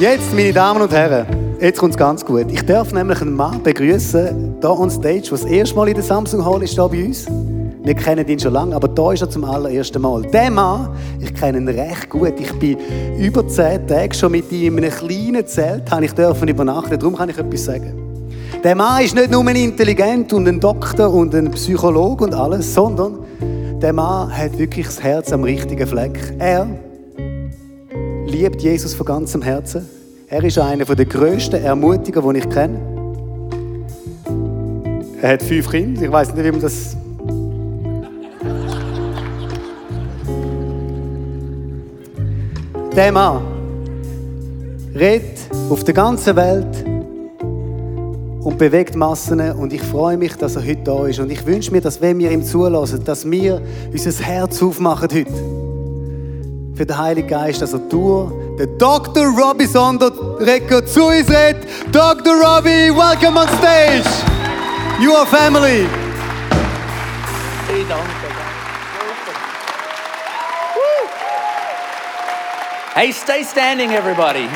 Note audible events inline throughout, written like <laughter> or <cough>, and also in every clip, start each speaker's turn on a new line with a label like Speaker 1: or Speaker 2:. Speaker 1: Jetzt, meine Damen und Herren, jetzt kommt es ganz gut. Ich darf nämlich einen Mann begrüßen, hier on stage, der das erste Mal in der Samsung Hall ist, hier bei uns. Wir kennen ihn schon lange, aber da ist er zum allerersten Mal. Der Mann, ich kenne ihn recht gut. Ich bin über zehn Tage schon mit ihm in einem kleinen Zelt habe ich dürfen übernachten. Darum kann ich etwas sagen. Der Mann ist nicht nur ein intelligent und ein Doktor und ein Psychologe und alles, sondern der Mann hat wirklich das Herz am richtigen Fleck. Er liebt Jesus von ganzem Herzen. Er ist einer der grössten Ermutiger, die ich kenne. Er hat fünf Kinder. Ich weiß nicht, wie man das. Der Mann redet auf der ganzen Welt und bewegt Massen. Und ich freue mich, dass er heute da ist. Und ich wünsche mir, dass wenn wir ihm zulassen, dass wir unser Herz aufmachen heute für den Heiligen Geist, dass er durch den Dr. Robbie Sonderrecker zu uns redet. Dr. Robbie, welcome on stage. You are family.
Speaker 2: Vielen Dank. Hey, stay standing, everybody.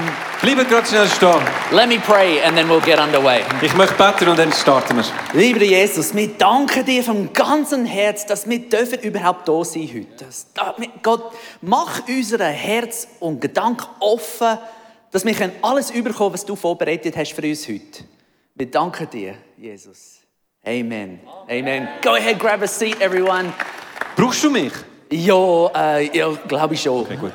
Speaker 3: Bleibt gerade schnell stehen.
Speaker 2: Let me pray and then we'll get underway.
Speaker 3: Ich möchte beten und dann starten wir.
Speaker 2: Lieber Jesus, wir danken dir vom ganzen Herz, dass wir dürfen überhaupt da sein heute. Dass- da- wir- Gott, mach unser Herz und Gedanken offen, dass wir können alles überkommen, was du vorbereitet hast für uns heute. Wir danken dir, Jesus. Amen. Amen. Go ahead, grab a seat, everyone.
Speaker 3: Brauchst du mich?
Speaker 2: Ja, äh, ja glaube ich schon.
Speaker 3: gut.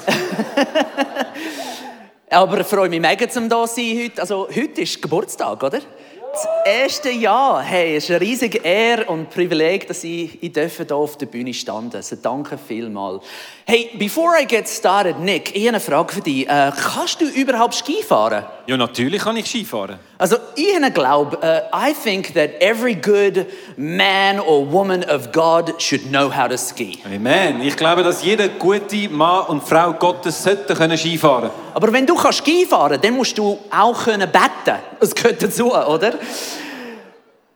Speaker 2: Aber ich freue mich mega, zum da zu sein heute. Also, heute ist Geburtstag, oder? Das erste Jahr. Hey, es ist eine riesige Ehre und Privileg, dass ich, ich dürfen hier auf der Bühne standen. Also, danke vielmals. Hey, before I get started, Nick, ich habe eine Frage für dich. Äh, kannst du überhaupt Ski fahren?
Speaker 3: Ja, natürlich kann ich Skifahren.
Speaker 2: Also, ich habe Glaube, äh, I think that every good man or woman of God should know how to ski.
Speaker 3: Amen. Ich glaube, dass jeder gute Mann und Frau Gottes sollte können Skifahren können.
Speaker 2: Aber wenn du kannst Ski fahren, dann musst du auch können beten. Es gehört dazu, oder?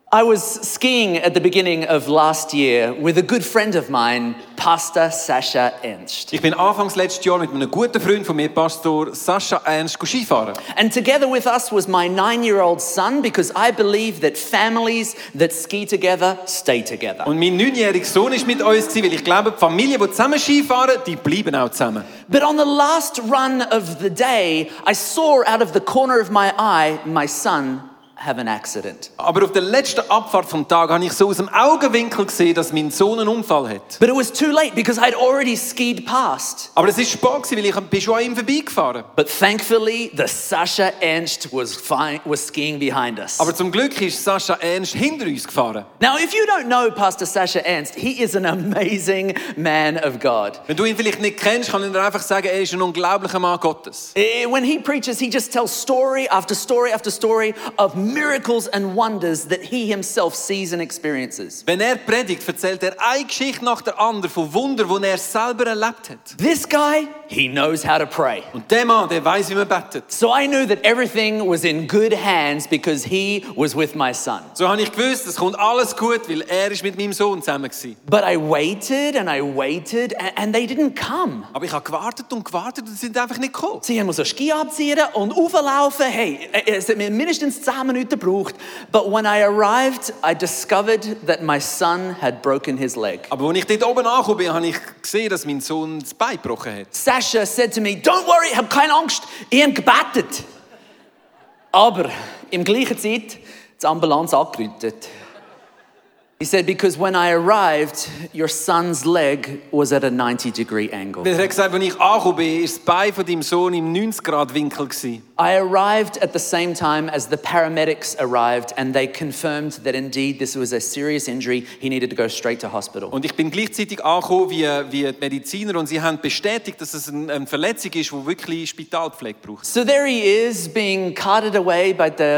Speaker 2: I was skiing at the beginning of last year with a good friend of mine, Pastor Sasha Ernst.
Speaker 3: Ich bin anfangs letztes Jahr mit einem guten Freund von mir, Pastor Sascha Ernst, Skifahren.
Speaker 2: And together with us was my nine-year-old son because I believe that families that ski together stay together.
Speaker 3: Und mein neunjähriger Sohn ist mit uns, gewesen, weil ich glaube, die Familien, die zusammen Skifahren, die bleiben auch zusammen.
Speaker 2: But on the last run of the day, I saw out of the corner of my eye my son have an accident.
Speaker 3: Aber auf der letzten Abfahrt vom Tag habe ich so aus dem Augenwinkel gesehen, dass mein Sohn einen Unfall hat.
Speaker 2: But it was too late because I'd already skied past.
Speaker 3: Aber es war spät, gewesen, weil ich bin schon an ihm vorbeigefahren
Speaker 2: But thankfully, the Sasha Ernst was, fine, was skiing behind us.
Speaker 3: Aber zum Glück ist Sascha Ernst hinter uns gefahren.
Speaker 2: Now, if you don't know Pastor Sasha Ernst, he is an amazing man of God.
Speaker 3: Wenn du ihn vielleicht nicht kennst, kann ich dir einfach sagen, er ist ein unglaublicher Mann Gottes.
Speaker 2: Eh, When he preaches, he just tells story after story after story of miracles and wonders that he himself sees and experiences.
Speaker 3: Wenn er predigt, erzählt er eine Geschichte nach der anderen von Wundern, die er selber erlebt hat.
Speaker 2: This guy, he knows how to pray.
Speaker 3: Und der Mann, der weiß, wie man betet.
Speaker 2: So I knew that everything was in good hands because he was with my son.
Speaker 3: So habe ich gewusst, es kommt alles gut, weil er ist mit meinem Sohn zusammen war.
Speaker 2: But I waited and I waited, a- and they didn't come.
Speaker 3: Aber ich habe gewartet und gewartet und sie sind einfach nicht gekommen.
Speaker 2: Sie haben so Ski abziehen und auflaufen. Hey, äh, es hat mir mindestens 10 Minuten gebraucht. But when I arrived, I discovered that my son had broken his leg.
Speaker 3: Aber als ich dort oben angekommen bin, habe ich gesehen, dass mein Sohn das Bein gebrochen hat.
Speaker 2: Sasha said to me, don't worry, hab keine Angst, ich habe gebetet. Aber im gleichen Zeit die Ambulanz angerufen. He said, because when I arrived, your son's leg was at a 90 degree angle.
Speaker 3: Er hat gesagt, als ich angekommen bin, war das Bein von deinem Sohn im 90-Grad-Winkel. gewesen.
Speaker 2: I arrived at the same time as the paramedics arrived, and they confirmed that indeed this was a serious injury. He needed to go straight to hospital.
Speaker 3: Und ich bin gleichzeitig angekommen wie, wie die Mediziner und sie haben bestätigt, dass es ein- eine Verletzung ist, die wirklich Spitalpflege braucht.
Speaker 2: So there he is, being carted away by the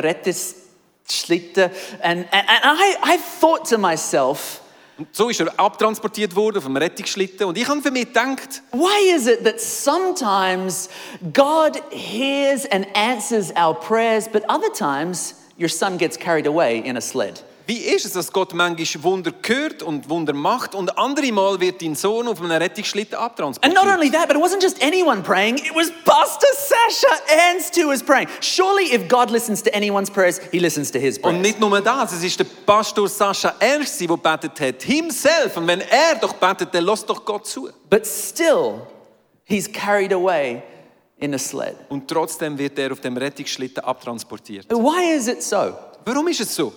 Speaker 2: Rettungsschlitter. And, and, and I, I thought to myself,
Speaker 3: Und so ist er abtransportiert worden vom Rettungsschlitten und ich habe für mich gedacht,
Speaker 2: why is it that sometimes God hears and answers our prayers, but other times your son gets carried away in a sled?
Speaker 3: Wie ist es, dass Gott manchmal Wunder hört und Wunder macht und andere Mal wird dein Sohn auf einem Rettungsschlitten
Speaker 2: And not
Speaker 3: abtransportiert?
Speaker 2: only that, but it wasn't just anyone praying, it was Pastor Sasha Ernst who was praying. Surely, if God listens to anyone's prayers, he listens to his prayers.
Speaker 3: Und nicht nur das, es ist der Pastor Sascha Ernst, der betet hat. Himself. Und wenn er doch betet, dann lässt doch Gott zu.
Speaker 2: But still, he's carried away in a sled.
Speaker 3: Und trotzdem wird er auf dem Rettungsschlitten abtransportiert.
Speaker 2: Why is it so?
Speaker 3: Warum ist es so?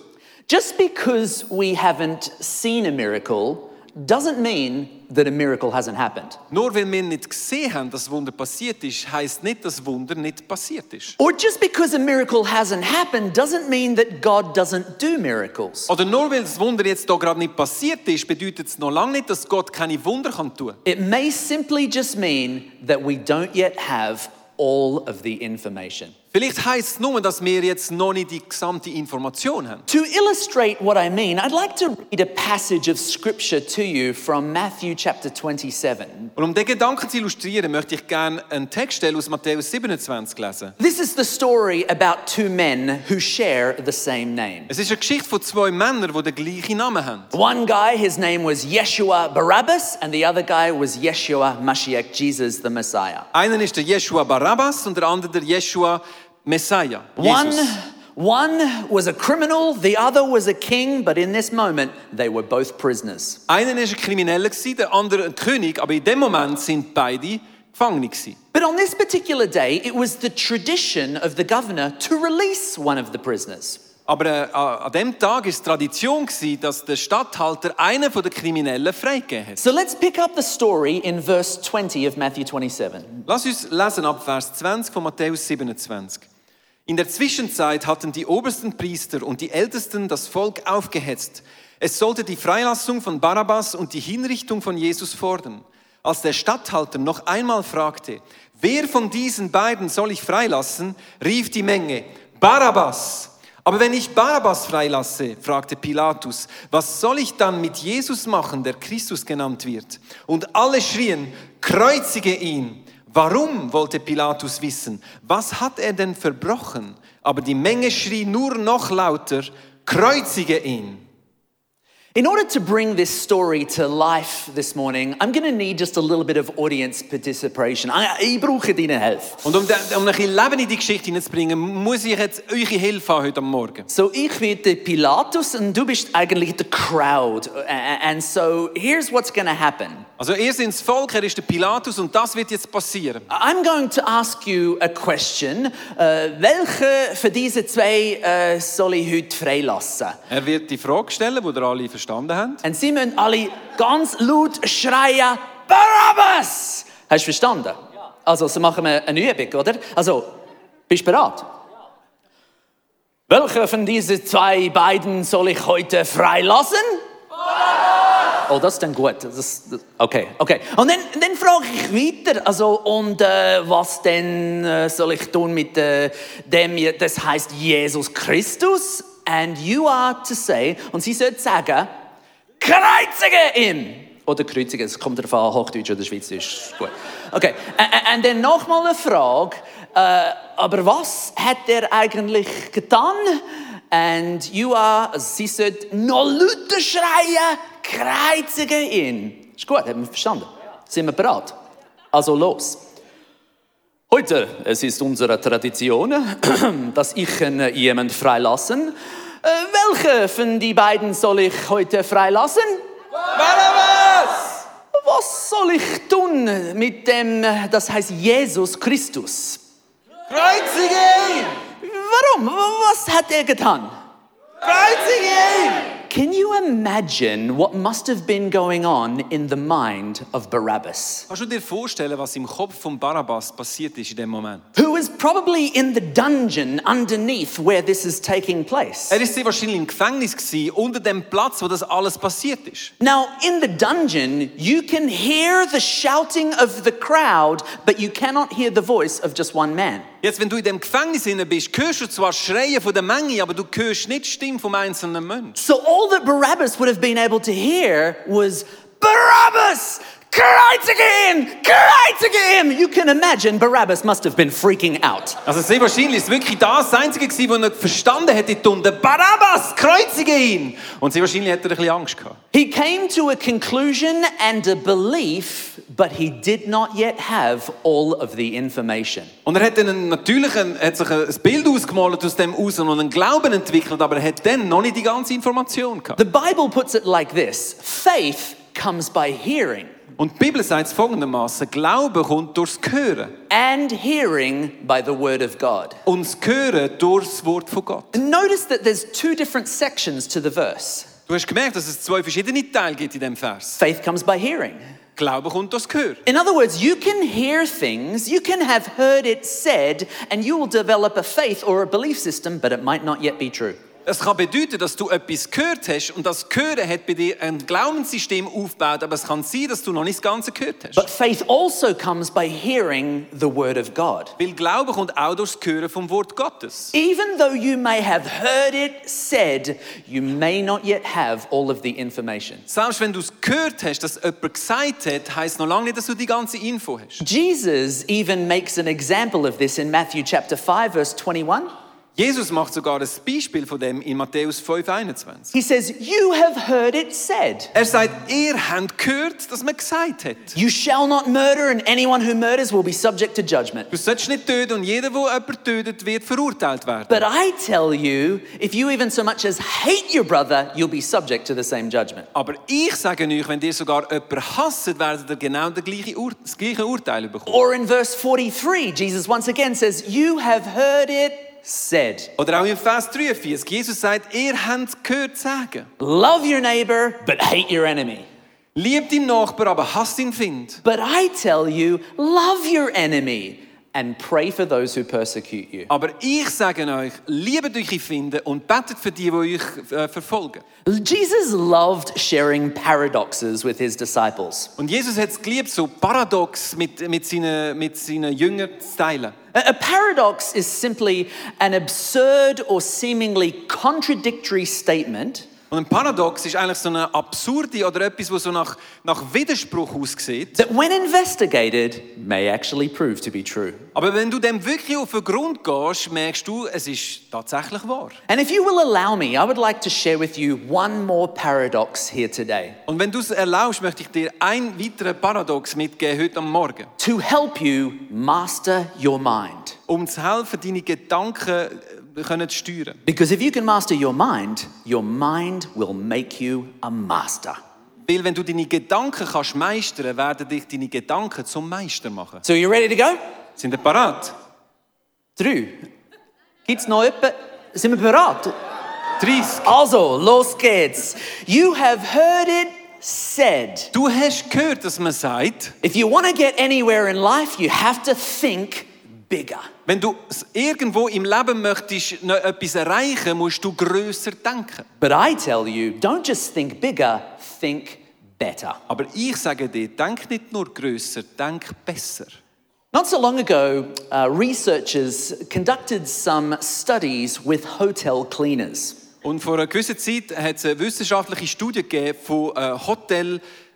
Speaker 2: Just because we haven't seen a miracle doesn't mean that a miracle hasn't happened.
Speaker 3: Nur weil wir nicht gesehen haben, dass das Wunder passiert ist, heißt nicht, dass das Wunder nicht passiert ist.
Speaker 2: Or just because a miracle hasn't happened doesn't mean that God doesn't do miracles.
Speaker 3: Oder nur weil das Wunder jetzt hier gerade nicht passiert ist, bedeutet es noch lange nicht, dass Gott keine Wunder kann tun kann.
Speaker 2: It may simply just mean that we don't yet have all of the information.
Speaker 3: Vielleicht heißt es nur, dass wir jetzt noch nicht die gesamte Information haben.
Speaker 2: To illustrate what I mean, I'd like to read a passage of scripture to you from Matthew chapter 27.
Speaker 3: Und um den Gedanken zu illustrieren, möchte ich gerne einen Textstelle aus Matthäus 27 lesen.
Speaker 2: This is the story about two men who share the same name.
Speaker 3: Es ist eine Geschichte von zwei Männern, die den gleichen Namen haben.
Speaker 2: One guy, his name was Yeshua Barabbas, and the other guy was Yeshua Mashiach, Jesus the Messiah.
Speaker 3: Einer ist der Jeshua Barabbas und der andere der Jeshua Messiah.
Speaker 2: One,
Speaker 3: Jesus.
Speaker 2: one was a criminal, the other was a king, but in this moment, they were both prisoners.
Speaker 3: Einer war ein Krimineller, der andere ein König, aber in dem Moment sind beide Gefangene. gewesen.
Speaker 2: But on this particular day, it was the tradition of the governor to release one of the prisoners.
Speaker 3: Aber äh, an dem Tag war es Tradition, gewesen, dass der Statthalter einen der Kriminellen freigegeben hat.
Speaker 2: So let's pick up the story in verse 20 of Matthew 27.
Speaker 3: Lass uns lesen ab Vers 20 von Matthäus 27. In der Zwischenzeit hatten die obersten Priester und die Ältesten das Volk aufgehetzt. Es sollte die Freilassung von Barabbas und die Hinrichtung von Jesus fordern. Als der Statthalter noch einmal fragte, wer von diesen beiden soll ich freilassen, rief die Menge, Barabbas! Aber wenn ich Barabbas freilasse, fragte Pilatus, was soll ich dann mit Jesus machen, der Christus genannt wird? Und alle schrien, kreuzige ihn. Warum wollte Pilatus wissen? Was hat er denn verbrochen? Aber die Menge schrie nur noch lauter, kreuzige ihn.
Speaker 2: In order to bring this story to life this morning, I'm going to need just a little bit of audience participation. I, ich brauche deine Hilfe.
Speaker 3: Und um, da- um ein bisschen Leben in die Geschichte hineinzubringen, muss ich jetzt eure Hilfe haben heute am Morgen.
Speaker 2: So ich bin der Pilatus und du bist eigentlich der Crowd. A- a- And so here's what's going to happen.
Speaker 3: Also ihr seid das Volk, er ist der Pilatus und das wird jetzt passieren.
Speaker 2: I'm going to ask you a question. Äh, welche von diesen zwei äh, soll ich heute freilassen?
Speaker 3: Er wird die Frage stellen, die ihr alle verstanden habt.
Speaker 2: Und sie müssen alle ganz laut schreien, Barabbas! Hast du verstanden? Also, so machen wir eine Übung, oder? Also, bist du bereit? Welche von diesen zwei beiden soll ich heute freilassen? Oh, das ist dann gut. Das, das, okay, okay. Und dann, dann frage ich weiter, also, und äh, was denn äh, soll ich tun mit äh, dem, hier? das heißt Jesus Christus? And you are to say, und sie sollte sagen, kreuzige ihn! Oder kreuzige, es kommt darauf an, Hochdeutsch oder Schweizerdeutsch. Ist Gut. Okay, Ä- ä- und dann nochmal eine Frage, äh, aber was hat er eigentlich getan? And you are, also sie sollte noch lauter schreien, kreuzige ihn. Ist gut, haben wir verstanden? Sind wir bereit? Also los. Heute, es ist unsere Tradition, <clears throat> dass ich äh, jemand freilassen. Äh, Welche von die beiden soll ich heute freilassen?
Speaker 3: Barabbas!
Speaker 2: Was soll ich tun mit dem, äh, das heißt Jesus Christus?
Speaker 3: Kreuzige ihn!
Speaker 2: Warum? Was hat er getan?
Speaker 3: Kreuzige ihn!
Speaker 2: Can you imagine what must have been going on in the mind of Barabbas,
Speaker 3: Kannst du dir vorstellen, was im Kopf von Barabbas passiert ist in dem Moment?
Speaker 2: who was probably in the dungeon underneath where this is taking place?
Speaker 3: Er ist sehr wahrscheinlich im Gefängnis gewesen, unter dem Platz, wo das alles passiert ist.
Speaker 2: Now, in the dungeon, you can hear the shouting of the crowd, but you cannot hear the voice of just one man.
Speaker 3: Jetzt, wenn du in dem Gefängnis inne bist, hörst du zwar Schreien von der Menge, aber du hörst nicht die Stimme vom einzelnen Menschen.
Speaker 2: So, all that Barabbas would have been able to hear was Barabbas, Kreuzige ihn! Kreuzige ihn! You can imagine Barabbas must have been freaking out.
Speaker 3: Also sehr wahrscheinlich ist wirklich das Einzige gewesen, was er verstanden hat in der Tunde. Barabbas, kreuzige ihn! Und sehr wahrscheinlich hat er ein bisschen Angst gehabt.
Speaker 2: He came to a conclusion and a belief, but he did not yet have all of the information.
Speaker 3: Und er hat dann einen- natürlich ein, hat sich ein Bild ausgemalt aus dem Außen und einen Glauben entwickelt, aber er hat dann noch nicht die ganze Information gehabt.
Speaker 2: The Bible puts it like this faith comes by hearing,
Speaker 3: Und die Bibel sagt es folgendermaßen: Glaube kommt durchs Hören.
Speaker 2: and hearing by the Word of God.
Speaker 3: Und das Hören durchs Wort von Gott.
Speaker 2: Notice that there's two different sections to the verse
Speaker 3: Du hast gemerkt, dass es zwei verschiedene Teile gibt in dem Vers.
Speaker 2: faith comes by hearing.
Speaker 3: Glaube kommt durchs Hören.
Speaker 2: In other words, you can hear things, you can have heard it said, and you will develop a faith or a belief system, but it might not yet be true.
Speaker 3: Das kann bedeuten, dass du etwas gehört hast und das Hören hat bei dir ein Glaubenssystem aufgebaut, aber es kann sein, dass du noch nicht das Ganze gehört hast.
Speaker 2: But faith also comes by hearing the Word of God.
Speaker 3: Weil Glaube kommt auch durchs Hören vom Wort Gottes.
Speaker 2: Even though you may have heard it said, you may not yet have all of the information.
Speaker 3: Selbst wenn du es gehört hast, dass jemand gesagt hat, heisst noch lange nicht, dass du die ganze Info hast.
Speaker 2: Jesus even makes an example of this in Matthew chapter 5 verse 21.
Speaker 3: Jesus macht sogar ein Beispiel von dem in Matthäus 5, 21.
Speaker 2: He says, "You have heard it said,
Speaker 3: Er sagt, ihr habt gehört, dass man gesagt hat.
Speaker 2: you shall not murder and anyone who murders will be subject to judgment."
Speaker 3: Du sollst nicht töten und jeder, der jemanden tötet, wird verurteilt werden.
Speaker 2: But I tell you, if you even so much as hate your brother, you'll be subject to the same judgment.
Speaker 3: Aber ich sage euch, wenn ihr sogar jemanden hasst, werdet ihr genau das gleiche, Ur das gleiche Urteil bekommen.
Speaker 2: Or in verse 43, Jesus once again says, "You have heard it said."
Speaker 3: Oder auch im Vers 43, Jesus sagt, ihr habt gehört sagen.
Speaker 2: Love your neighbor, but hate your enemy.
Speaker 3: Liebt deinen Nachbar, aber hasst ihn Feind.
Speaker 2: But I tell you, love your enemy and pray for those who persecute you.
Speaker 3: Aber ich sage euch, liebt eure Feinde und betet für die, die euch äh, verfolgen.
Speaker 2: Jesus loved sharing paradoxes with his disciples.
Speaker 3: Und Jesus hat es geliebt, so paradox mit, mit, seinen, mit seinen Jüngern zu teilen.
Speaker 2: A a paradox is simply an absurd or seemingly contradictory statement
Speaker 3: Und ein Paradox ist eigentlich so eine absurde oder etwas, was so nach, nach Widerspruch aussieht.
Speaker 2: that, when investigated, may actually prove to be true.
Speaker 3: Aber wenn du dem wirklich auf den Grund gehst, merkst du, es ist tatsächlich wahr.
Speaker 2: And if you will allow me, I would like to share with you one more paradox here today
Speaker 3: Und wenn du es erlaubst, möchte ich dir einen weiteren Paradox mitgeben heute am Morgen.
Speaker 2: to help you master your mind.
Speaker 3: um zu helfen, deine Gedanken äh, können zu steuern.
Speaker 2: Because if you can master your mind, your mind will make you a master.
Speaker 3: Weil wenn du deine Gedanken kannst meistern, werden dich deine Gedanken zum Meister machen.
Speaker 2: So you ready to go?
Speaker 3: Sind ihr parat?
Speaker 2: Drei. Gibt's noch jemanden? Sind wir bereit?
Speaker 3: 30.
Speaker 2: Also, los geht's. You have heard it said.
Speaker 3: Du hast gehört, dass man sagt,
Speaker 2: If you want to get anywhere in life, you have to think bigger.
Speaker 3: wenn du s- irgendwo im Leben möchtest noch etwas erreichen, musst du größer denken.
Speaker 2: But I tell you, don't just think bigger, think better.
Speaker 3: Aber ich sage dir, denk nicht nur größer, denk besser.
Speaker 2: Not so long ago, uh, researchers conducted some studies with hotel cleaners.
Speaker 3: Und vor einer gewissen Zeit hat es eine wissenschaftliche Studie gegeben von äh,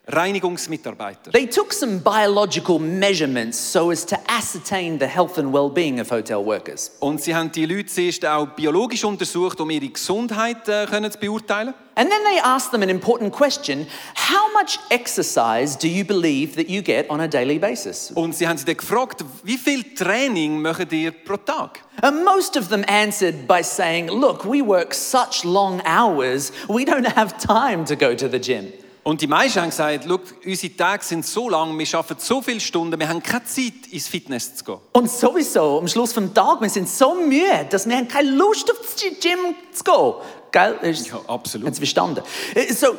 Speaker 3: Hotelreinigungsmitarbeitern.
Speaker 2: They took some biological measurements so as to ascertain the health and well being of hotel workers.
Speaker 3: Und sie haben die Leute zuerst auch biologisch untersucht, um ihre Gesundheit äh, können zu beurteilen.
Speaker 2: And then they asked them an important question How much exercise do you believe that you get on a daily basis?
Speaker 3: Und sie haben sie dann gefragt, wie viel Training machen ihr pro Tag?
Speaker 2: And most of them answered by saying, Look, we work such long hours, we don't have time to go to the gym.
Speaker 3: Und die meisten haben gesagt, «Schau, unsere Tage sind so lang, wir arbeiten so viele Stunden, wir haben keine Zeit, ins Fitness zu gehen.
Speaker 2: Und sowieso, am Schluss vom Tag, wir sind so müde, dass wir haben keine Lust auf das Gym zu gehen. Gell? Ist-
Speaker 3: Ja, absolut.
Speaker 2: Hat's verstanden. Äh, So,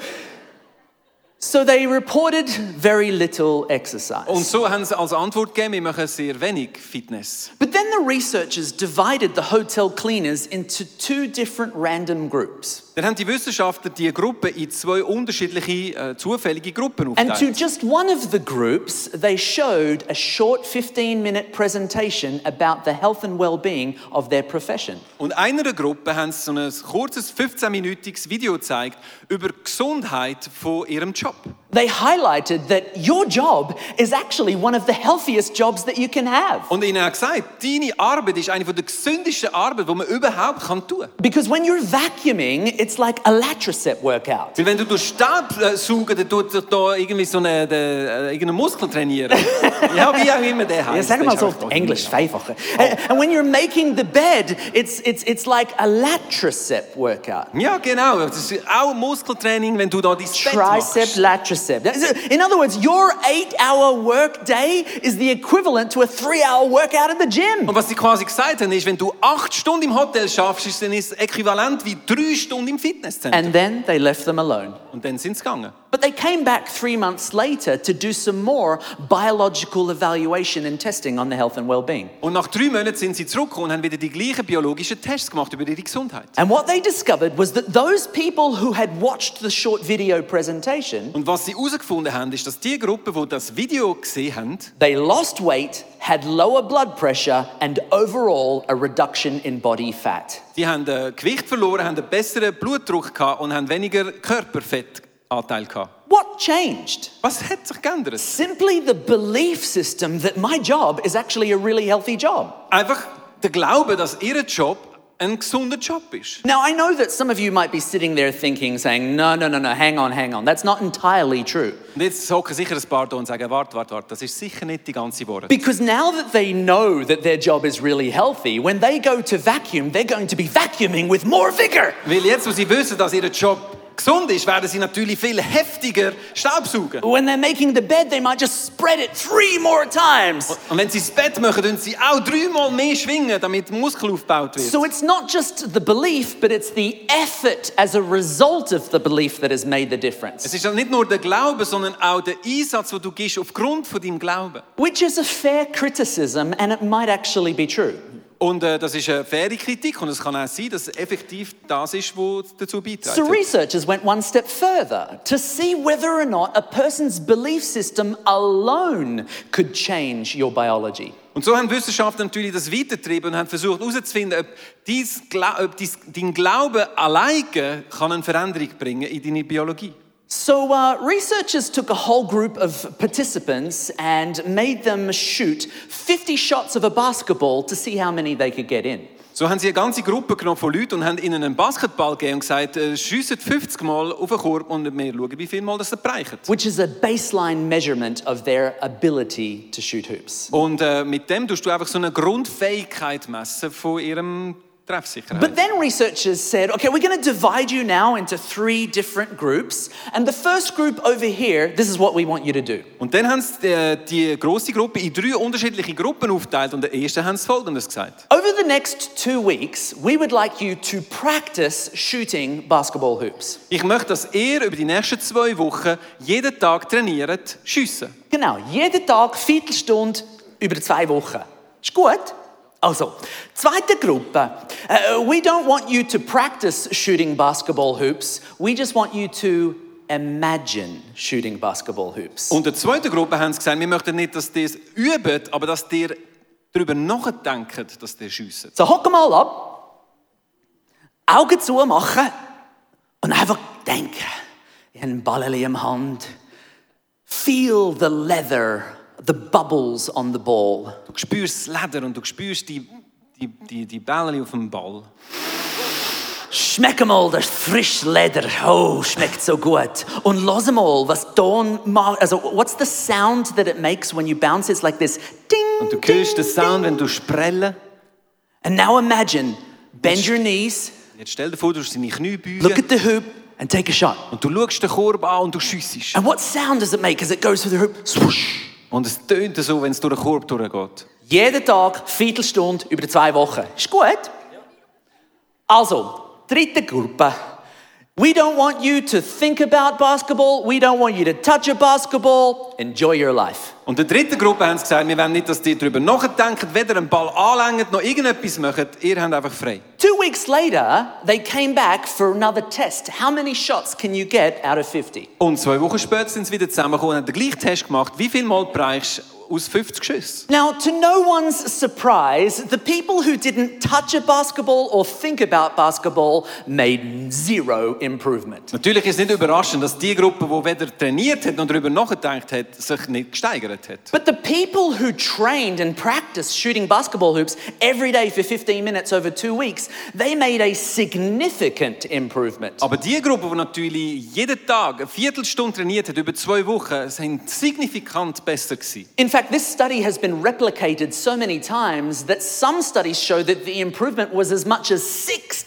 Speaker 2: so they reported very little exercise.
Speaker 3: Und so haben sie als Antwort gegeben, wir machen sehr wenig Fitness.
Speaker 2: But then the researchers divided the hotel cleaners into two different random groups.
Speaker 3: Dann haben die Wissenschaftler die Gruppe in zwei unterschiedliche, äh, zufällige Gruppen
Speaker 2: And to
Speaker 3: aufgeteilt.
Speaker 2: just one of the groups, they showed a short 15 minute presentation about the health and well being of their profession.
Speaker 3: Und einer der Gruppe haben sie so ein kurzes 15-minütiges Video gezeigt über die Gesundheit von ihrem Job.
Speaker 2: They highlighted that your job is actually one of the healthiest jobs that you can have.
Speaker 3: Und ihnen hat gesagt, deine Arbeit ist eine von der gesündesten Arbeit, die man überhaupt kann tun kann.
Speaker 2: Because when you're vacuuming, it's like a Latricet workout.
Speaker 3: Weil wenn du durch Staub äh, saugen, dann tut sich da irgendwie so eine, der, äh, irgendeinen Muskel trainieren.
Speaker 2: <laughs>
Speaker 3: ja, wie auch immer der heißt.
Speaker 2: Ja, sag
Speaker 3: Der
Speaker 2: mal
Speaker 3: ist
Speaker 2: so
Speaker 3: einfach
Speaker 2: auf Englisch, Feifache. And, and when you're making the bed, it's, it's, it's like a Latricet workout.
Speaker 3: Ja, genau. Das ist auch Muskeltraining, wenn du da dein Bett
Speaker 2: Tricep,
Speaker 3: machst.
Speaker 2: latricep. In other words, your eight hour work day is the equivalent to a three hour workout at the gym.
Speaker 3: Und was sie quasi gesagt haben, ist, wenn du acht Stunden im Hotel schaffst, ist dann ist es äquivalent wie drei Stunden im Fitnesszentrum.
Speaker 2: And then they left them alone.
Speaker 3: Und dann sind sie gegangen.
Speaker 2: But they came back three months later to do some more biological evaluation and testing on the health and well being.
Speaker 3: Und nach drei Monaten sind sie zurückgekommen und haben wieder die gleichen biologischen Tests gemacht über ihre Gesundheit.
Speaker 2: And what they discovered was that those people who had watched the short video presentation,
Speaker 3: Und was sie herausgefunden haben, ist, dass die Gruppe, die das Video gesehen haben,
Speaker 2: they lost weight, had lower blood pressure, and overall a reduction in body fat.
Speaker 3: die haben äh, Gewicht verloren, haben einen besseren Blutdruck gehabt und haben weniger Körperfettanteil gehabt.
Speaker 2: What changed?
Speaker 3: Was hat sich geändert?
Speaker 2: simply the belief system that my job is actually a really healthy job.
Speaker 3: Einfach der Glaube, dass ihr Job ein gesunder Job ist.
Speaker 2: Now, I know that some of you might be sitting there thinking, saying, no, no, no, no, hang on, hang on. That's not entirely true.
Speaker 3: Und jetzt hocken sicher ein paar da und sagen, warte, warte, warte, das ist sicher nicht die ganze Wahrheit.
Speaker 2: Because now that they know that their job is really healthy, when they go to vacuum, they're going to be vacuuming with more vigor.
Speaker 3: Weil jetzt, wo sie wissen, dass ihr Job gesund ist, werden sie natürlich viel heftiger Staubsaugen.
Speaker 2: When they're making the bed, they might just spread it three more times.
Speaker 3: Und wenn sie das Bett machen, dann sie auch dreimal mehr schwingen, damit Muskel aufgebaut wird.
Speaker 2: So it's not just the belief, but it's the effort as a result of the belief that has made the difference.
Speaker 3: Es ist dann nicht nur der Glaube, sondern auch der Einsatz, den du gibst aufgrund von deinem Glauben.
Speaker 2: Which is a fair criticism, and it might actually be true.
Speaker 3: Und äh, das ist eine faire Kritik und es kann auch sein, dass es effektiv das ist, was dazu beiträgt.
Speaker 2: So, researchers went one step further to see whether or not a person's belief system alone could change your biology.
Speaker 3: Und so haben Wissenschaftler natürlich das weitergetrieben und haben versucht herauszufinden, ob, dies, Gla- ob dies, dein Glaube alleine kann eine Veränderung bringen in deine Biologie.
Speaker 2: So, uh, researchers took a whole group of participants and made them shoot 50 shots of a basketball to see how many they could get in.
Speaker 3: So haben sie eine ganze Gruppe genommen von Leuten und haben ihnen einen Basketball gegeben und gesagt, äh, schiesset 50 Mal auf den Korb und wir schauen, wie viel Mal das erreichen.
Speaker 2: Which is a baseline measurement of their ability to shoot hoops.
Speaker 3: Und äh, mit dem tust du einfach so eine Grundfähigkeit messen von ihrem Treffsicherheit.
Speaker 2: But then researchers said, okay, we're going to divide you now into three different groups. And the first group over here, this is what we want you to do.
Speaker 3: und dann haben sie äh, die große Gruppe in drei unterschiedliche Gruppen aufgeteilt und der ersten haben sie Folgendes gesagt.
Speaker 2: Over the next two weeks, we would like you to practice shooting basketball hoops.
Speaker 3: Ich möchte, dass ihr über die nächsten zwei Wochen jeden Tag trainiert, schiessen.
Speaker 2: Genau, jeden Tag Viertelstunde über zwei Wochen. Ist gut? Also, zweite Gruppe. Uh, we don't want you to practice shooting basketball hoops. We just want you to imagine shooting basketball hoops.
Speaker 3: Und der zweiten Gruppe haben sie gesagt, wir möchten nicht, dass ihr es übt, aber dass ihr darüber nachdenkt, dass ihr schiesst.
Speaker 2: So, hock mal ab, Augen zu machen und einfach denken. Ich habe einen Ball in Hand. Feel the leather, the bubbles on the ball.
Speaker 3: Du spürst das Leder und du spürst die, die, die, die Bälle auf dem Ball.
Speaker 2: Schmecke mal das frische Leder. Oh, schmeckt so gut. Und los mal, was Ton macht. Also, what's the sound that it makes when you bounce? It's like this ding.
Speaker 3: Und du hörst den
Speaker 2: ding,
Speaker 3: Sound,
Speaker 2: ding.
Speaker 3: wenn du sprellen.
Speaker 2: And now imagine, bend your knees,
Speaker 3: Jetzt stell dir vor, du hast deine Knie beugen
Speaker 2: look at the hoop, and take a shot.
Speaker 3: und du schaust den Korb an und du schiessst.
Speaker 2: And what sound does it make as it goes through the hoop? Swoosh.
Speaker 3: Und es tönt so, wenn es durch den Korb durchgeht.
Speaker 2: Jeden Tag, Viertelstunde, über zwei Wochen. Ist gut? Also, dritte Gruppe. We don't want you to think about basketball. We don't want you to touch a basketball. Enjoy your life.
Speaker 3: Und der dritten Gruppe haben sie gesagt, wir wollen nicht, dass ihr darüber nachdenkt, weder einen Ball anlenkt noch irgendetwas macht. Ihr habt einfach frei.
Speaker 2: Two weeks later, they came back for another test. How many shots can you get out of 50?
Speaker 3: Und zwei Wochen später sind sie wieder zusammengekommen und haben den gleichen Test gemacht, wie viel Mal du brauchst, aus 50 Schüssen.
Speaker 2: Now, to no one's surprise, the people who didn't touch a basketball or think about basketball made zero improvement.
Speaker 3: Natürlich ist es nicht überraschend, dass die Gruppe, die weder trainiert hat noch darüber nachgedacht hat, sich nicht gesteigert hat.
Speaker 2: But the people who trained and practiced shooting basketball hoops every day for 15 minutes over two weeks, they made a significant improvement.
Speaker 3: Aber die Gruppe, die natürlich jeden Tag eine Viertelstunde trainiert hat, über zwei Wochen, sind signifikant besser gewesen.
Speaker 2: In fact, this study has been replicated so many times that some studies show that the improvement was as much as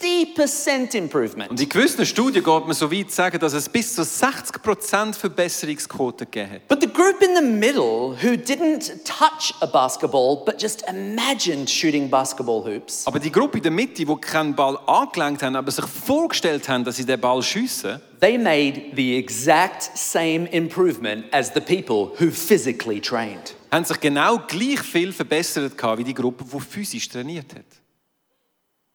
Speaker 2: 60%
Speaker 3: Und
Speaker 2: improvement.
Speaker 3: in gewissen Studien geht man so weit zu sagen, dass es bis zu 60% Verbesserungsquote gegeben hat.
Speaker 2: But the group in the middle who didn't touch a basketball but just imagined shooting basketball hoops,
Speaker 3: Aber die Gruppe in der Mitte, die keinen Ball angelenkt haben, aber sich vorgestellt haben, dass sie den Ball schiessen,
Speaker 2: they made the exact same improvement as the people who physically trained.
Speaker 3: haben sich genau gleich viel verbessert gehabt wie die Gruppe, die physisch trainiert hat.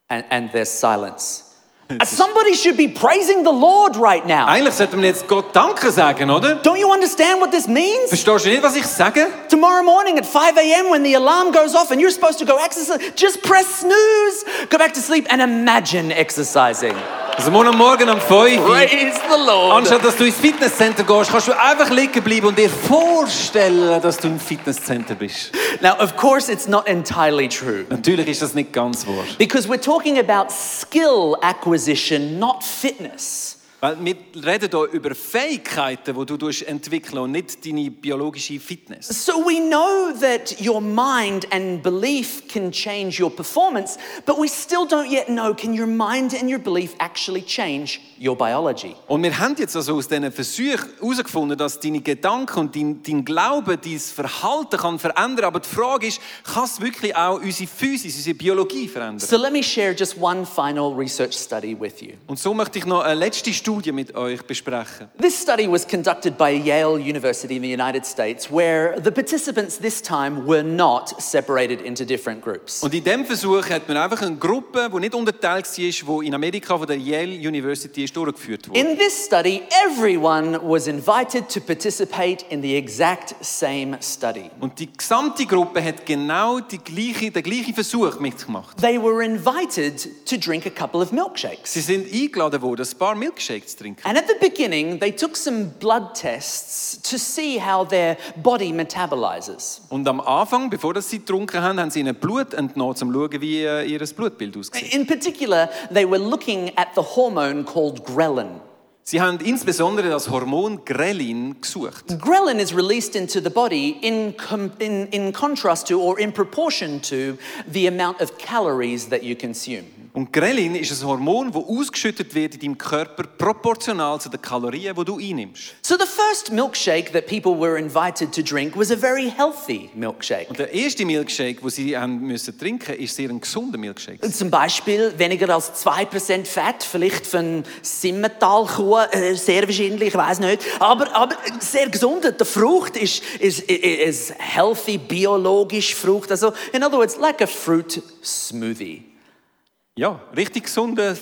Speaker 2: And, and there's silence. Uh, Somebody should be praising the Lord right now.
Speaker 3: Eigentlich sollte man jetzt Gott Danke sagen, oder?
Speaker 2: Don't you understand what this means?
Speaker 3: Verstehst du nicht, was ich sage?
Speaker 2: Tomorrow morning at 5 a.m., when the alarm goes off and you're supposed to go exercise, just press snooze, go back to sleep, and imagine exercising.
Speaker 3: Also morgen am Morgen um 5 Uhr,
Speaker 2: Praise the Lord.
Speaker 3: anstatt dass du ins Fitnesscenter gehst, kannst du einfach liegen bleiben und dir vorstellen, dass du im Fitnesscenter bist.
Speaker 2: Now, of course, it's not entirely true
Speaker 3: Natürlich ist das nicht ganz wahr.
Speaker 2: because we're talking about skill acquisition, not fitness.
Speaker 3: Weil wir reden hier über Fähigkeiten, die du durch entwickeln und nicht deine biologische Fitness.
Speaker 2: So we know that your mind and belief can change your performance, but we still don't yet know can your mind and your belief actually change your biology?
Speaker 3: Und wir haben jetzt also aus diesen Versuchen herausgefunden, dass deine Gedanken und dein, dein Glaube dein Verhalten kann verändern Aber die Frage ist, kann es wirklich auch unsere Physis, unsere Biologie verändern?
Speaker 2: So let me share just one final research study with you.
Speaker 3: Und so möchte ich noch eine letzte Studie mit euch besprechen.
Speaker 2: This study was conducted by Yale University in the United States, where the participants this time were not separated into different groups.
Speaker 3: Und in diesem Versuch hat man einfach eine Gruppe, die nicht unterteilt war, die in Amerika von der Yale University ist, durchgeführt wurde.
Speaker 2: In this study, everyone was invited to participate in the exact same study.
Speaker 3: Und die gesamte Gruppe hat genau die gleiche, den gleichen Versuch mitgemacht.
Speaker 2: They were invited to drink a couple of milkshakes.
Speaker 3: Sie sind eingeladen worden, ein paar Milkshakes zu trinken.
Speaker 2: And at the beginning, they took some blood tests to see how their body metabolizes.
Speaker 3: Und am Anfang, bevor das sie getrunken haben, haben sie ihnen Blut entnommen, um zu schauen, wie äh, ihr Blutbild aussieht.
Speaker 2: In particular, they were looking at the hormone called ghrelin.
Speaker 3: Sie haben insbesondere das Hormon Grelin gesucht.
Speaker 2: Ghrelin is released into the body in, com- in, in contrast to or in proportion to the amount of calories that you consume.
Speaker 3: Und Grelin ist ein Hormon, das ausgeschüttet wird in deinem Körper proportional zu den Kalorien, die du einnimmst.
Speaker 2: So, the first milkshake that people were invited to drink was a very healthy milkshake.
Speaker 3: Und der erste Milkshake, den sie haben müssen trinken mussten, ist sehr ein gesunder Milkshake.
Speaker 2: Zum Beispiel weniger als 2% Fett, vielleicht von Simmentalkuh, äh, sehr wahrscheinlich, ich weiß nicht. Aber, aber sehr gesund. Die Frucht ist, ist, ist healthy, biologisch Frucht. Also, in other words, like a fruit smoothie.
Speaker 3: Ja, richtig gesunder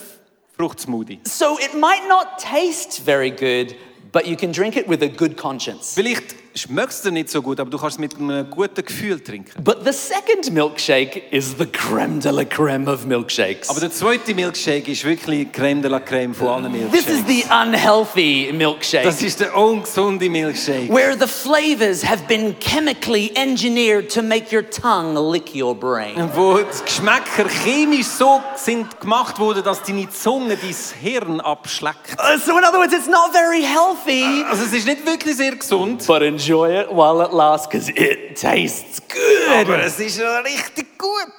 Speaker 3: Fruchtsmoothie.
Speaker 2: So it might not taste very good, but you can drink it with a good conscience.
Speaker 3: Vielleicht schmeckst du nicht so gut, aber du kannst es mit einem guten Gefühl trinken.
Speaker 2: But the second milkshake is the creme de la creme of
Speaker 3: Aber
Speaker 2: milkshakes.
Speaker 3: der zweite Milkshake ist wirklich Creme de la Creme von allen
Speaker 2: This is
Speaker 3: Milkshakes.
Speaker 2: the unhealthy
Speaker 3: Das
Speaker 2: milkshake.
Speaker 3: ist der ungesunde Milkshake.
Speaker 2: Where the flavors have been chemically engineered to make your tongue lick your brain.
Speaker 3: Wo die Geschmäcker chemisch so sind gemacht wurden, dass deine Zunge dein Hirn abschleckt.
Speaker 2: Uh, So, in other words, it's not very healthy,
Speaker 3: Äh, Also es ist nicht wirklich sehr gesund,
Speaker 2: but enjoy it while it lasts because it tastes good.
Speaker 3: aber es ist richtig gut.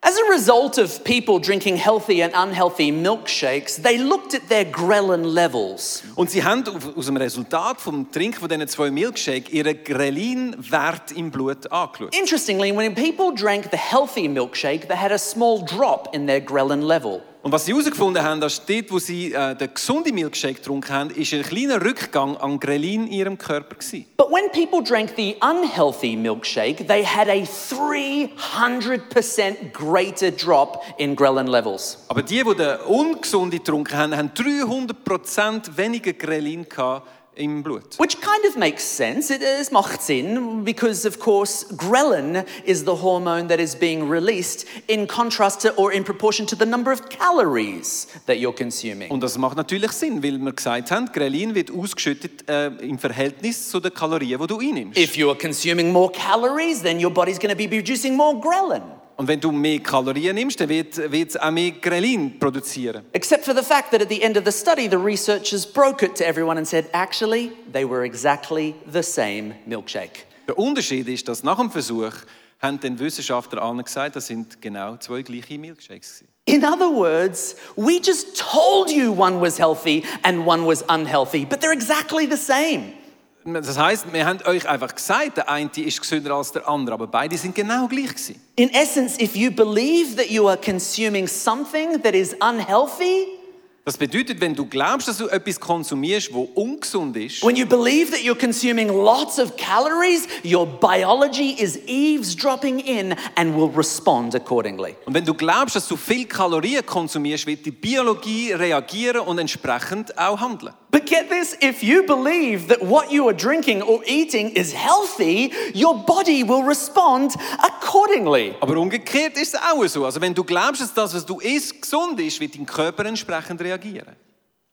Speaker 2: As a result of people drinking healthy and unhealthy milkshakes, they looked at their ghrelin levels.
Speaker 3: Und sie haben auf- aus dem Resultat vom Trinken von diesen zwei Milkshakes ihren Grelin-Wert im Blut angeschaut.
Speaker 2: Interestingly, when people drank the healthy milkshake, they had a small drop in their ghrelin level.
Speaker 3: Und was sie herausgefunden haben, dass dort, wo sie äh, den gesunden Milkshake getrunken haben, ist ein kleiner Rückgang an Grelin in ihrem Körper gewesen.
Speaker 2: But when people drank the unhealthy milkshake, they had a 300% greater drop in ghrelin levels.
Speaker 3: Aber die, die den ungesunden getrunken haben, haben 300% weniger Grelin gehabt im Blut.
Speaker 2: Which kind of makes sense. It, it macht Sinn because, of course, ghrelin is the hormone that is being released in contrast to or in proportion to the number of calories that you're consuming.
Speaker 3: Und das macht natürlich Sinn, weil wir gesagt haben, Grelin wird ausgeschüttet äh, im Verhältnis zu den Kalorien, die du einnimmst.
Speaker 2: If you are consuming more calories, then your body's going to be producing more ghrelin.
Speaker 3: Und wenn du mehr Kalorien nimmst, dann wird wird's auch mehr Grelin produzieren.
Speaker 2: Except for the fact that at the end of the study, the researchers broke it to everyone and said, actually, they were exactly the same milkshake.
Speaker 3: Der Unterschied ist, dass nach dem Versuch haben den Wissenschaftler allen gesagt, das sind genau zwei gleiche Milkshakes. gewesen.
Speaker 2: In other words, we just told you one was healthy and one was unhealthy, but they're exactly the same.
Speaker 3: Das heißt, wir haben euch einfach gesagt, der eine ist gesünder als der andere, aber beide sind genau gleich gewesen.
Speaker 2: In essence, if you believe that you are consuming something that is unhealthy,
Speaker 3: Das bedeutet, wenn du glaubst, dass du etwas konsumierst, wo ungesund ist,
Speaker 2: when you believe that you're consuming lots of calories, your biology is eavesdropping in and will respond accordingly.
Speaker 3: und wenn du glaubst, dass du viel Kalorien konsumierst, wird die Biologie reagieren und entsprechend auch handeln.
Speaker 2: But get this if you believe that what you are drinking or eating is healthy, your body will respond accordingly.
Speaker 3: Aber umgekehrt ist es auch so. Also wenn du glaubst, dass das, was du isst, gesund ist, wird dein Körper entsprechend reagieren.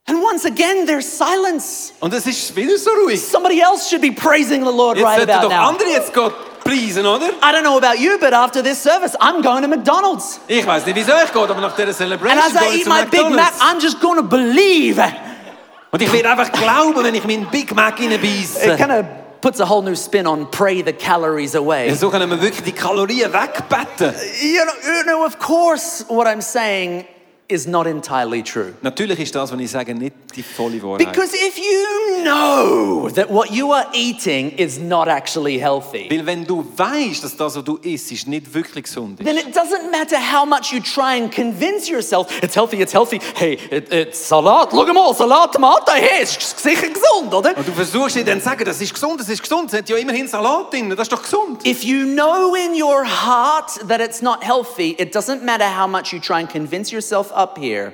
Speaker 2: And once again, there's silence.
Speaker 3: Und es ist wieder so ruhig.
Speaker 2: Somebody else should be praising the Lord
Speaker 3: Jetzt
Speaker 2: right
Speaker 3: sollten
Speaker 2: about
Speaker 3: doch
Speaker 2: now.
Speaker 3: andere jetzt Gott preisen, oder?
Speaker 2: I don't know about you, but after this service, I'm going to McDonald's.
Speaker 3: Ich weiß nicht, wie es euch geht, aber nach dieser Celebration
Speaker 2: And as
Speaker 3: gehe
Speaker 2: I
Speaker 3: ich
Speaker 2: eat
Speaker 3: zu
Speaker 2: my Big Mac,
Speaker 3: McDonald's.
Speaker 2: I'm just going to believe. It
Speaker 3: Und ich werde einfach glauben, wenn ich meinen Big Mac reinbeisse.
Speaker 2: kind of puts a whole new spin on pray the calories away.
Speaker 3: So können wir wirklich die Kalorien wegbetten.
Speaker 2: You know, you know, of course, what I'm saying is not entirely true.
Speaker 3: Natürlich ist das, was ich sage, nicht die volle Wahrheit.
Speaker 2: Because if you know that what you are eating is not actually healthy,
Speaker 3: Weil wenn du weißt, dass das, was du isst, ist nicht wirklich gesund ist,
Speaker 2: then it doesn't matter how much you try and convince yourself it's healthy, it's healthy. Hey, it, it's Salat. Look mal, Salat, Tomate. Hey, ist sicher gesund, oder?
Speaker 3: und du versuchst dir dann zu sagen, das ist gesund, das ist gesund, es hat ja immerhin Salat drin, das ist doch gesund.
Speaker 2: If you know in your heart that it's not healthy, it doesn't matter how much you try and convince yourself up here.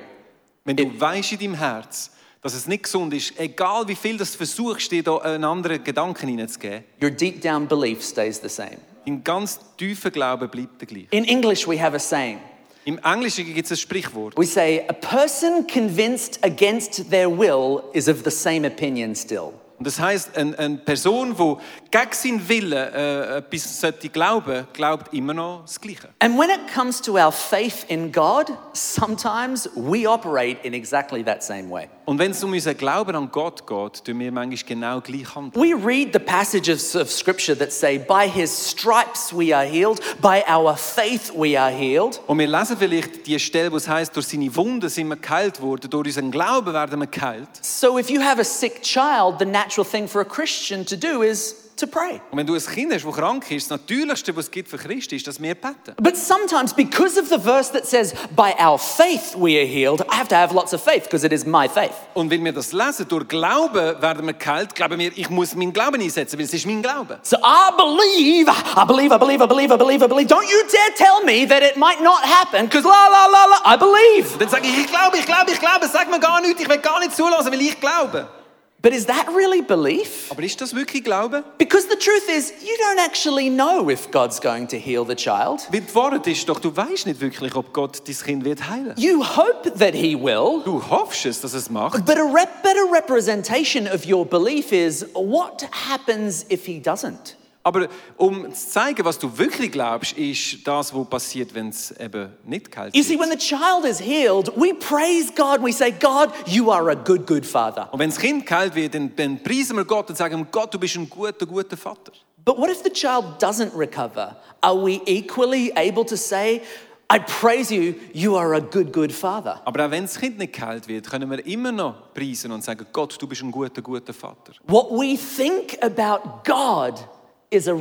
Speaker 3: Wenn du weißt in deinem Herz, dass es nicht gesund ist, egal wie viel das versuchst, dir da einen anderen Gedanken hineinzugeben,
Speaker 2: Your deep down belief stays the same.
Speaker 3: dein ganz tiefer Glaube bleibt der gleiche.
Speaker 2: In English, we have a saying.
Speaker 3: Im Englischen gibt es ein Sprichwort.
Speaker 2: We say, a person convinced against their will is of the same opinion still.
Speaker 3: Und das heißt, eine, eine Person, die gegen seinen Willen äh, etwas sollte glauben, glaubt immer noch das Gleiche.
Speaker 2: And when it comes to our faith in God, sometimes we operate in exactly that same way.
Speaker 3: Und wenn es um unseren Glauben an Gott geht, tun wir manchmal genau gleich handeln.
Speaker 2: We read the passages of scripture that say, by his stripes we are healed, by our faith we are healed.
Speaker 3: Und wir lesen vielleicht die Stelle, wo es heißt, durch seine Wunden sind wir geheilt worden, durch unseren Glauben werden wir geheilt.
Speaker 2: So if you have a sick child, the natural thing for a Christian to do is to pray.
Speaker 3: Und wenn du ein Kind hast, das krank ist, das Natürlichste, was es gibt für Christen, ist, dass wir beten.
Speaker 2: But sometimes, because of the verse that says, by our faith we are healed, I have to have lots of faith because it is my faith.
Speaker 3: Und wenn wir das lesen, durch Glauben werden wir geheilt, glauben wir, ich muss meinen Glauben einsetzen, weil es ist mein Glaube.
Speaker 2: So I believe, I believe, I believe, I believe, I believe, I believe. Don't you dare tell me that it might not happen because la, la, la, la, I believe.
Speaker 3: Dann sage ich, ich glaube, ich glaube, ich glaube, sag mir gar nichts, ich will gar nicht zulassen, weil ich glaube.
Speaker 2: But is that really belief?
Speaker 3: Aber ist das wirklich Glauben?
Speaker 2: Because the truth is, you don't actually know if God's going to heal the child.
Speaker 3: Weil die Wahrheit ist doch, du weißt nicht wirklich, ob Gott dein Kind wird heilen.
Speaker 2: You hope that He will.
Speaker 3: Du hoffst es, dass es macht.
Speaker 2: But a rep- better representation of your belief is what happens if he doesn't?
Speaker 3: Aber um zu zeigen, was du wirklich glaubst, ist das, was passiert, wenn es eben nicht geheilt
Speaker 2: You see,
Speaker 3: wird.
Speaker 2: when the child is healed, we praise God and we say, God, you are a good, good father.
Speaker 3: Und wenn das Kind geheilt wird, dann, dann preisen wir Gott und sagen ihm, Gott, du bist ein guter, guter Vater.
Speaker 2: But what if the child doesn't recover? Are we equally able to say, I praise you, you are a good, good father?
Speaker 3: Aber auch wenn das Kind nicht geheilt wird, können wir immer noch preisen und sagen, Gott, du bist ein guter, guter Vater.
Speaker 2: What we think about God is a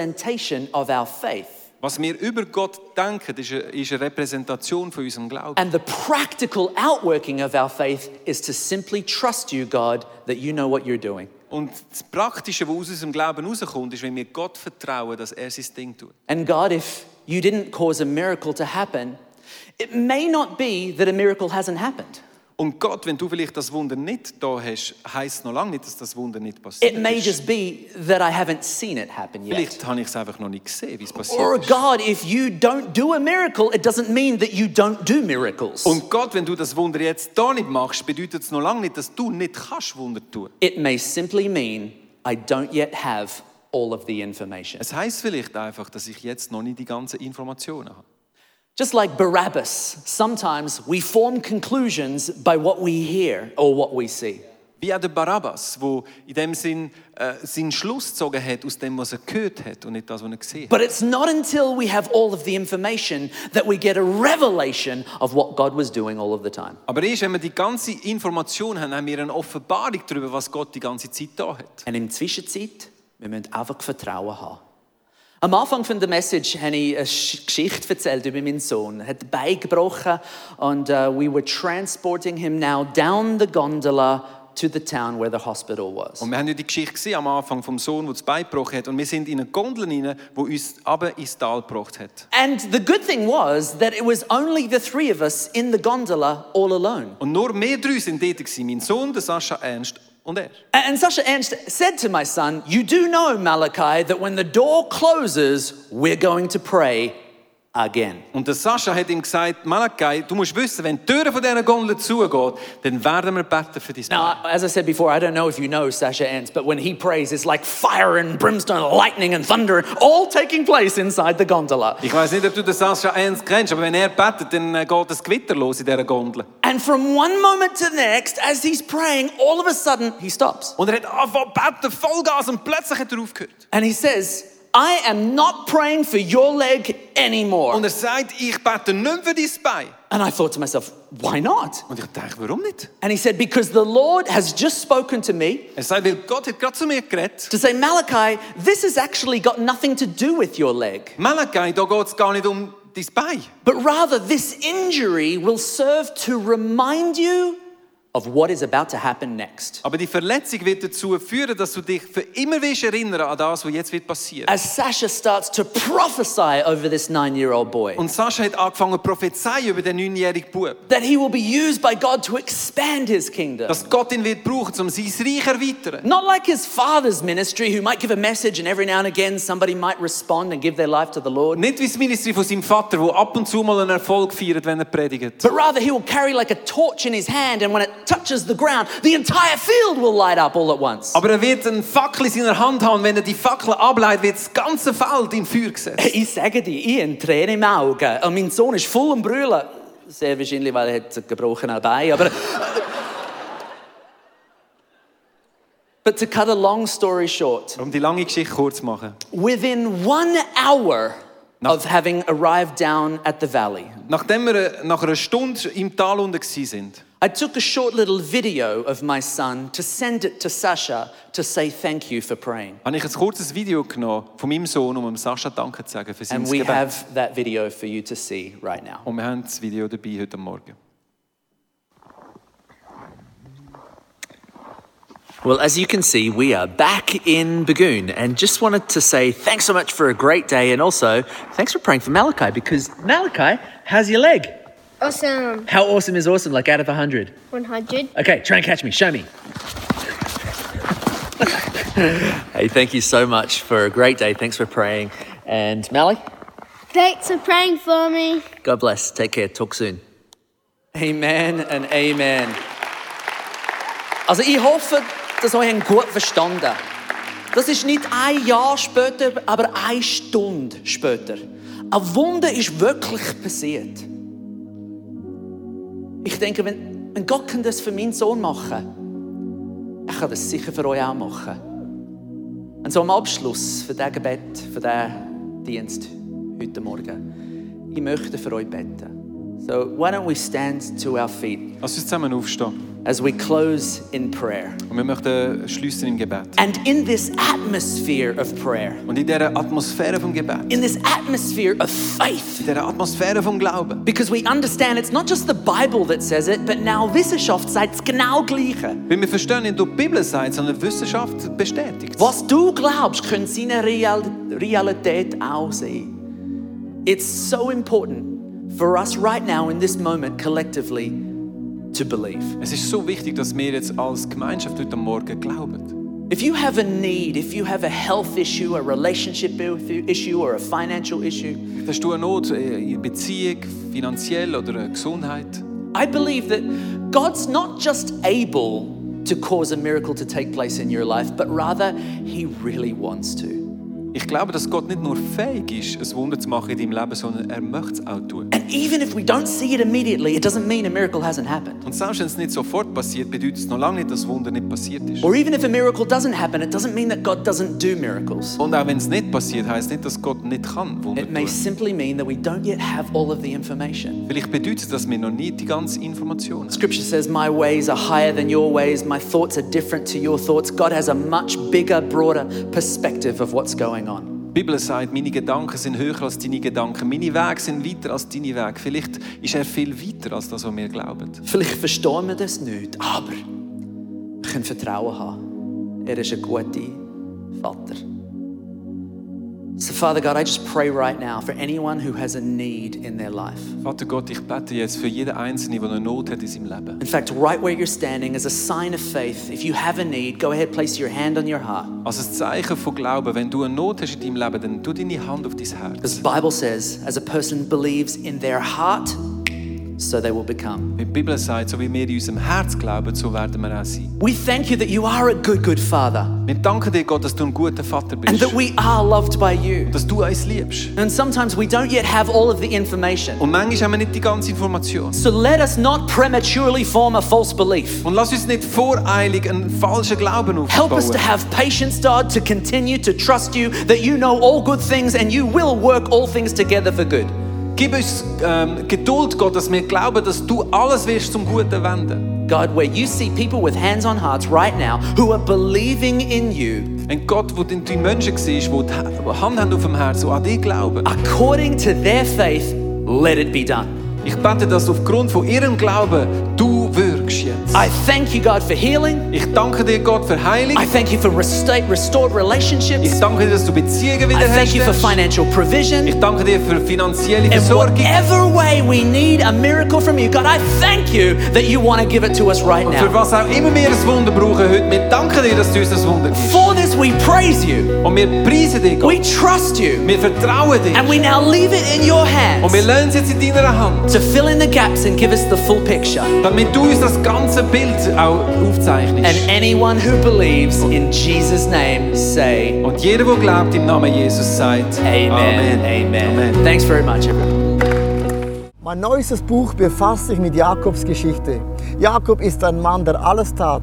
Speaker 2: representation of our faith.
Speaker 3: Was wir über Gott denken, ist eine, ist eine Repräsentation von unserem Glauben.
Speaker 2: And the practical outworking of our faith is to simply trust you, God, that you know what you're doing.
Speaker 3: Und das Praktische, was aus unserem Glauben herauskommt, ist, wenn wir Gott vertrauen, dass er sein Ding tut.
Speaker 2: And God, if you didn't cause a miracle to happen, it may not be that a miracle hasn't happened.
Speaker 3: Und Gott, wenn du vielleicht das Wunder nicht da hast, heisst noch lange nicht, dass das Wunder nicht passiert
Speaker 2: It may
Speaker 3: ist.
Speaker 2: just be that I haven't seen it happen yet.
Speaker 3: Vielleicht habe ich es einfach noch nicht gesehen, wie es passiert
Speaker 2: Or
Speaker 3: ist.
Speaker 2: God, if you don't do a miracle, it doesn't mean that you don't do miracles.
Speaker 3: Und Gott, wenn du das Wunder jetzt da nicht machst, bedeutet es noch lange nicht, dass du nicht kannst Wunder tun.
Speaker 2: It may simply mean I don't yet have all of the information.
Speaker 3: Es heißt vielleicht einfach, dass ich jetzt noch nicht die ganzen Informationen habe.
Speaker 2: Just like Barabbas, sometimes we form conclusions by what we hear or what we see.
Speaker 3: Wie auch der Barabbas, wo in dem Sinn äh, seinen Schluss gezogen hat aus dem, was er gehört hat und nicht das, was er gesehen hat.
Speaker 2: But it's not until we have all of the information that we get a revelation of what God was doing all of the time.
Speaker 3: Aber erst, wenn wir die ganze Information haben, haben wir eine Offenbarung darüber, was Gott die ganze Zeit da hat.
Speaker 2: Und in der Zwischenzeit, wir müssen einfach Vertrauen haben. Am Anfang von der Message habe ich eine Sch- Geschichte erzählt über meinen Sohn. Er hat ein Bein gebrochen und äh, we were transporting him now down the gondola to the town where the hospital was.
Speaker 3: Und wir haben ja die Geschichte gesehen am Anfang vom Sohn, der das Bein gebrochen hat. Und wir sind in eine Gondel hinein, die uns runter ins Tal gebracht hat.
Speaker 2: And the good thing was that it was only the three of us in the gondola all alone.
Speaker 3: Und nur wir drei sind dort. Gewesen. Mein Sohn, der Sascha Ernst und er.
Speaker 2: A- And Sasha Ernst said to my son, You do know, Malachi, that when the door closes, we're going to pray again.
Speaker 3: Und der Sascha hat ihm gesagt, Malachi, du musst wissen, wenn die Türe von dieser Gondel zugeht, dann werden wir beten für dein Bein.
Speaker 2: Now, as I said before, I don't know if you know Sasha Ernst, but when he prays, it's like fire and brimstone, lightning and thunder, all taking place inside the gondola.
Speaker 3: Ich weiß nicht, ob du den Sascha Ernst kennst, aber wenn er betet, dann äh, geht das Gewitter los in dieser Gondel.
Speaker 2: And from one moment to the next, as he's praying, all of a sudden he stops
Speaker 3: Und er hat angefangen zu beten, Vollgas, und plötzlich hat er aufgehört.
Speaker 2: and he says, I am not praying for your leg anymore.
Speaker 3: Und er sagt, ich bete nicht mehr für dein Bein.
Speaker 2: And I thought to myself, why not?
Speaker 3: Und ich dachte, warum nicht?
Speaker 2: And he said, because the Lord has just spoken to me
Speaker 3: Er sagt, weil Gott hat gerade zu mir geredet.
Speaker 2: to say, Malachi, this has actually got nothing to do with your leg,
Speaker 3: Malachi, da geht es gar nicht um dein Bein.
Speaker 2: but rather this injury will serve to remind you of what is about to happen next.
Speaker 3: Aber die Verletzung wird dazu führen, dass du dich für immer wirst erinnern an das, was jetzt wird passieren.
Speaker 2: As Sasha starts to prophesy over this nine year old boy,
Speaker 3: Und Sascha hat angefangen zu prophezeien über den neunjährigen Bub.
Speaker 2: that he will be used by God to expand his kingdom.
Speaker 3: Dass Gott ihn wird brauchen, um sein Reich zu erweitern.
Speaker 2: Not like his father's ministry, who might give a message and every now and again somebody might respond and give their life to the Lord.
Speaker 3: Nicht wie das Ministry von seinem Vater, wo ab und zu mal einen Erfolg feiert, wenn er predigt.
Speaker 2: But rather, he will carry like a torch in his hand, and when it touches the ground, the entire field will light up all at once.
Speaker 3: Aber er wird eine Fackel in seiner Hand haben. Wenn er die Fackel ableitet, wird das ganze Feld in Feuer gesetzt.
Speaker 2: <laughs> Ich sage dir, ich habe Tränen im Auge. Und mein Sohn ist voll am Brüllen. Sehr wahrscheinlich, weil er hat ein gebrochenes Bein aber... <laughs> But to cut a long story short,
Speaker 3: Um die lange Geschichte kurz zu machen.
Speaker 2: within one hour of having arrived down at the valley,
Speaker 3: Nachdem wir äh, nach einer Stunde im Tal unten waren,
Speaker 2: I took a short little video of my son to send it to Sasha to say thank you for praying.
Speaker 3: habe ich ein kurzes Video genommen von meinem Sohn, um ihm Sascha Danke zu sagen für sein
Speaker 2: And we
Speaker 3: Gebet.
Speaker 2: have that video for you to see right now.
Speaker 3: Und wir haben das Video dabei heute Morgen.
Speaker 2: Well, as you can see, we are back in Bagoon and just wanted to say thanks so much for a great day and also thanks for praying for Malachi because Malachi, how's your leg?
Speaker 4: Awesome.
Speaker 2: How awesome is awesome? Like out of 100.
Speaker 4: 100.
Speaker 2: Okay, try and catch me. Show me. <laughs> hey, thank you so much for a great day. Thanks for praying. And Mally,
Speaker 4: Thanks for praying for me.
Speaker 2: God bless. Take care. Talk soon. Amen and amen. Also ich hoffe, dass euch habt gut verstanden. Das ist nicht ein Jahr später, aber eine Stunde später. Ein Wunder ist wirklich passiert. Ich denke, wenn, wenn Gott kann das für meinen Sohn machen kann, er kann das sicher für euch auch machen. Und so am Abschluss für diesen Gebet, für diesen Dienst heute Morgen, ich möchte für euch beten. So, why don't we stand to our feet?
Speaker 3: Lass uns zusammen aufstehen.
Speaker 2: as we close in prayer.
Speaker 3: Und wir möchten schließen im Gebet.
Speaker 2: And in this atmosphere of prayer,
Speaker 3: Und in dieser Atmosphäre vom Gebet, in
Speaker 2: in this atmosphere of faith,
Speaker 3: dieser Atmosphäre vom Glauben,
Speaker 2: because we understand it's not just the Bible that says it, but now Wissenschaft sagt es genau Gleiche.
Speaker 3: weil wir verstehen nicht nur die Bibel sagt, sondern die Wissenschaft bestätigt es.
Speaker 2: Was du glaubst, könnte seine Real Realität auch sein. It's so important for us right now in this moment collectively to believe.
Speaker 3: Es ist so wichtig, dass wir jetzt als Gemeinschaft heute Morgen glauben.
Speaker 2: If you have a need, if you have a health issue, a relationship issue, or a financial issue,
Speaker 3: Hast du eine Not äh, in Beziehung, finanziell oder äh, Gesundheit?
Speaker 2: I believe that God's not just able to cause a miracle to take place in your life, but rather, He really wants to.
Speaker 3: Ich glaube, dass Gott nicht nur fähig ist, ein Wunder zu machen in deinem Leben, sondern er möchte es auch tun.
Speaker 2: And even if we don't see it immediately, it doesn't mean a miracle hasn't happened.
Speaker 3: Und selbst wenn es nicht sofort passiert, bedeutet es noch lange nicht, dass das Wunder nicht passiert ist.
Speaker 2: Or even if a miracle doesn't happen, it doesn't mean that God doesn't do miracles.
Speaker 3: Und auch wenn es nicht passiert, heißt nicht, dass Gott nicht kann Wunder
Speaker 2: It may
Speaker 3: tun.
Speaker 2: simply mean that we don't yet have all of the information.
Speaker 3: Vielleicht bedeutet es, dass wir noch nie die ganze Information haben.
Speaker 2: Scripture says, My ways are higher than your ways. My thoughts are different to your thoughts. God has a much bigger, broader perspective of what's going on.
Speaker 3: Die Bibel sagt, meine Gedanken sind höher als deine Gedanken. Meine Wege sind weiter als deine Wege. Vielleicht ist er viel weiter als das, was wir glauben.
Speaker 2: Vielleicht verstehen wir das nicht, aber wir können Vertrauen haben. Er ist ein guter Vater. So, Father God, I just pray right now for anyone who has a need in their life.
Speaker 3: Vater Gott, ich bete jetzt für jeden Einzelnen, der eine Not hat in seinem Leben.
Speaker 2: In fact, right where you're standing, as a sign of faith, if you have a need, go ahead, place your hand on your heart.
Speaker 3: Als ein Zeichen von Glauben, wenn du eine Not hast in deinem Leben, dann tu deine Hand auf dein
Speaker 2: Because the
Speaker 3: Herz.
Speaker 2: Bible says, as a person believes in their heart, so they will become.
Speaker 3: Wie die Bibel sagt, so wie wir in unserem Herz glauben, so werden wir auch sein.
Speaker 2: We thank you that you are a good, good Father
Speaker 3: Wir danken dir, Gott, dass du ein guter Vater
Speaker 2: and
Speaker 3: bist.
Speaker 2: that we are loved by you.
Speaker 3: Dass du uns liebst.
Speaker 2: And sometimes we don't yet have all of the information.
Speaker 3: Und manchmal haben wir nicht die ganze Information.
Speaker 2: So let us not prematurely form a false belief.
Speaker 3: Und lass uns nicht voreilig einen falschen Glauben
Speaker 2: Help us to
Speaker 3: aufbauen.
Speaker 2: have patience, God, to continue to trust you, that you know all good things and you will work all things together for good.
Speaker 3: Gib uns ähm, Geduld, Gott, dass wir glauben, dass du alles wirst zum Guten wenden.
Speaker 2: God, where you see people with hands on hearts right now who are believing in you,
Speaker 3: Ein Gott, wo du die Menschen siehst, die die Hand haben auf dem Herz und an dich glauben.
Speaker 2: according to their faith, let it be done.
Speaker 3: Ich bete, dass aufgrund von ihrem Glauben du wirkst jetzt.
Speaker 2: I thank you, God, for healing.
Speaker 3: Ich danke dir, Gott, für Heilung.
Speaker 2: I thank you for resta- restored
Speaker 3: Ich
Speaker 2: relationships.
Speaker 3: danke dir, dass du Beziehungen
Speaker 2: I thank you for
Speaker 3: wiederherstellst.
Speaker 2: financial
Speaker 3: Ich
Speaker 2: provision.
Speaker 3: danke dir für finanzielle
Speaker 2: In
Speaker 3: Versorgung.
Speaker 2: whatever way we need a miracle from you, God, I thank you that you want to give it to us right
Speaker 3: Für
Speaker 2: now.
Speaker 3: was auch immer wir ein Wunder brauchen heute, wir danken dir, dass du uns ein Wunder gibst.
Speaker 2: For this, we praise you,
Speaker 3: Und wir preisen dich, Gott.
Speaker 2: we trust you,
Speaker 3: Wir vertrauen dir.
Speaker 2: and we now leave it in your
Speaker 3: Und wir
Speaker 2: hands
Speaker 3: lassen es jetzt in deiner Hand,
Speaker 2: to fill in the gaps and give us the full picture.
Speaker 3: damit du uns das ganze Bild auch
Speaker 2: And
Speaker 3: aufzeichnest.
Speaker 2: anyone who believes in Jesus' name, say,
Speaker 3: Und jeder, der glaubt, im Namen Jesus sagt
Speaker 2: Amen. Amen.
Speaker 3: Amen.
Speaker 2: Thanks very much, everyone.
Speaker 5: Mein neuestes Buch befasst sich mit Jakobs Geschichte. Jakob ist ein Mann, der alles tat,